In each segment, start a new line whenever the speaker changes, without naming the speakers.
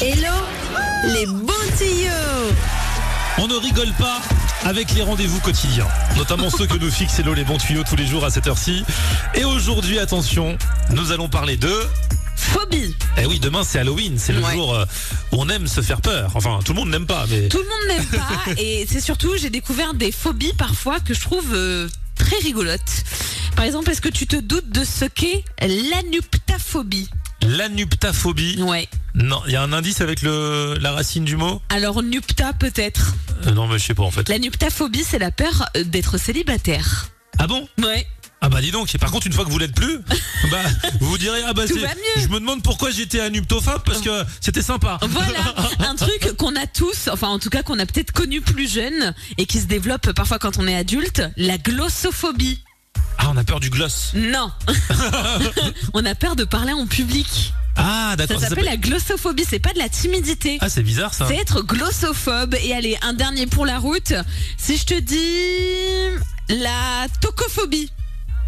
Hello les bons tuyaux
On ne rigole pas avec les rendez-vous quotidiens, notamment ceux que nous fixe Hello les bons tuyaux tous les jours à cette heure-ci. Et aujourd'hui, attention, nous allons parler de...
Phobie
Eh oui, demain c'est Halloween, c'est le
Ouais.
jour euh, où on aime se faire peur. Enfin, tout le monde n'aime pas, mais...
Tout le monde n'aime pas et c'est surtout j'ai découvert des phobies parfois que je trouve euh, très rigolotes. Par exemple, est-ce que tu te doutes de ce qu'est l'anuptaphobie
L'anuptaphobie.
Ouais.
Non, il y a un indice avec le, la racine du mot
Alors nupta peut-être.
Euh, Non, mais je sais pas en fait.
L'anuptaphobie c'est la peur euh, d'être célibataire.
Ah bon
Ouais.
Ah bah dis donc, et par contre une fois que vous l'êtes plus, bah vous vous direz ah bah
Tout
c'est-
va mieux.
je me demande pourquoi j'étais anuptophobe parce que c'était sympa.
Voilà, un truc qu'on a tous, enfin en tout cas qu'on a peut-être connu plus jeune et qui se développe parfois quand on est adulte, la glossophobie.
Ah on a peur du gloss.
Non. on a peur de parler en public.
Ah
Ça
d'accord.
s'appelle la glossophobie, c'est pas de la timidité.
Ah c'est bizarre ça.
C'est être glossophobe. Et allez, un dernier pour la route. Si je te dis la tocophobie.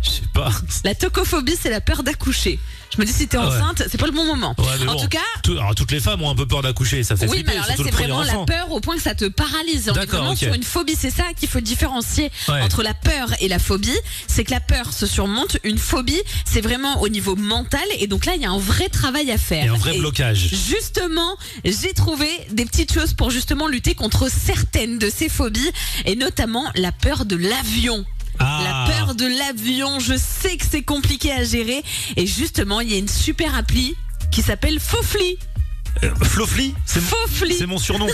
Je sais pas.
La tocophobie, c'est la peur d'accoucher. Je me dis si t'es
Ah ouais.
enceinte, c'est pas le bon moment.
Ouais, mais
en
bon,
tout cas,
tout- alors, toutes les femmes ont un peu peur d'accoucher, ça fait
oui,
flipper,
mais alors là,
surtout
c'est
le premier
vraiment
enfant.
la peur au point que ça te paralyse. On est
D'accord,
vraiment
ok.
sur une phobie. C'est ça qu'il faut différencier
Ouais.
entre la peur et la phobie. C'est que la peur se surmonte. Une phobie, c'est vraiment au niveau mental. Et donc là, il y a un vrai travail à faire.
Et un vrai
Et
blocage.
Justement, j'ai trouvé des petites choses pour justement lutter contre certaines de ces phobies, et notamment la peur de l'avion.
Ah.
La peur de l'avion, je sais que c'est compliqué à gérer, et justement, il y a une super appli qui s'appelle Fofli.
Euh, Flofli, c'est mon-
Fofli.
c'est mon surnom.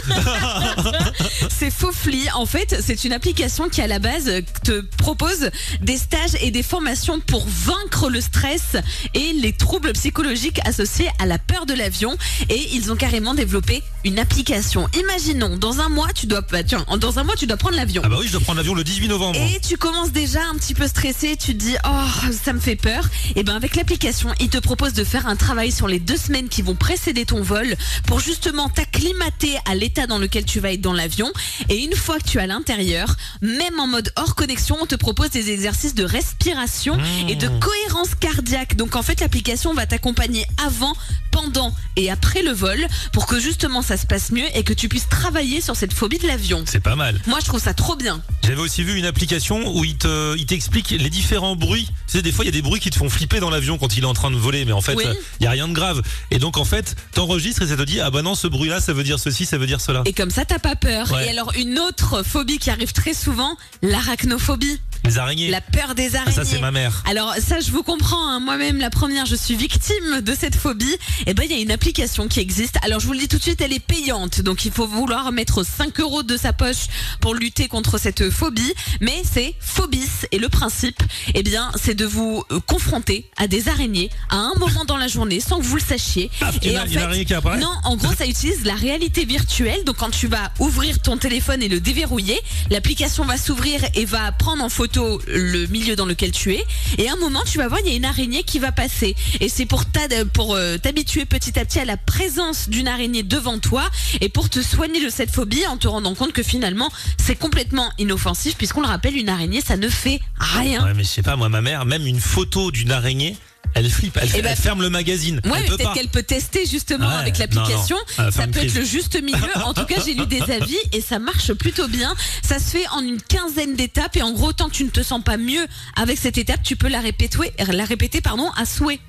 C'est Fofli. En fait, c'est une application qui, à la base, te propose des stages et des formations pour vaincre le stress et les troubles psychologiques associés à la peur de l'avion. Et ils ont carrément développé une application. Imaginons, dans un mois, tu dois, bah, tiens, dans un mois, tu dois prendre l'avion.
ah bah oui, je dois prendre l'avion le 18 novembre.
Et tu commences déjà un petit peu stressé, tu te dis oh ça me fait peur. Et ben avec l'application, il te propose de faire un travail sur les deux semaines qui vont précéder ton vol pour justement t'acclimater à l'état dans lequel tu vas être dans l'avion. Et une fois que tu es à l'intérieur, même en mode hors connexion, on te propose des exercices de respiration et de cohérence cardiaque. Donc en fait l'application va t'accompagner avant, pendant et après le vol pour que justement ça se passe mieux et que tu puisses travailler sur cette phobie de l'avion.
C'est pas mal.
Moi je trouve ça trop bien.
J'avais aussi vu une application où il te- il t'explique les différents bruits. Tu sais, des fois, il y a des bruits qui te font flipper dans l'avion quand il est en train de voler, mais en fait,
Oui.
euh, il y a rien de grave. Et donc, en fait, t'enregistres et ça te dit, ah bah non, ce bruit-là, ça veut dire ceci, ça veut dire cela.
Et comme ça, t'as pas peur.
Ouais.
Et alors, une autre phobie qui arrive très souvent, l'arachnophobie,
Les araignées.
la peur des
Ah,
araignées.
ça, c'est ma mère.
Alors ça, je vous comprends. hein. Moi-même, la première, je suis victime de cette phobie. Et ben, il y a une application qui existe. Alors, je vous le dis tout de suite, elle est payante. Donc, il faut vouloir mettre 5 euros de sa poche pour lutter contre cette phobie. Mais c'est phobis. Et le principe, eh bien, c'est de vous euh, confronter à des araignées à un moment dans la journée sans que vous le sachiez.
Ah, il y en a- il y en a rien qui apparaît
non, en gros, ça utilise la réalité virtuelle. Donc, quand tu vas ouvrir ton téléphone et le déverrouiller, l'application va s'ouvrir et va prendre en photo le milieu dans lequel tu es. Et à un moment, tu vas voir, il y a une araignée qui va passer. Et c'est pour t'ad- pour euh, t'habituer petit à petit à la présence d'une araignée devant toi et pour te soigner de cette phobie en te rendant compte que finalement, c'est complètement inoffensif puisqu'on le rappelle, une araignée, ça ne fait rien.
Ouais, mais je sais pas, moi, ma mère, même une photo d'une araignée, elle flippe. Elle,
Eh
elle
ben,
ferme le magazine.
Ouais,
elle
mais
peut
peut-être
pas.
qu'elle peut tester justement
Ouais,
avec
non,
l'application.
non, euh,
Ça
femme
peut être
crise.
le juste milieu. En tout cas, j'ai lu des avis et ça marche plutôt bien. Ça se fait en une quinzaine d'étapes et en gros, tant que tu ne te sens pas mieux avec cette étape, tu peux la répéter, la répéter pardon, à souhait.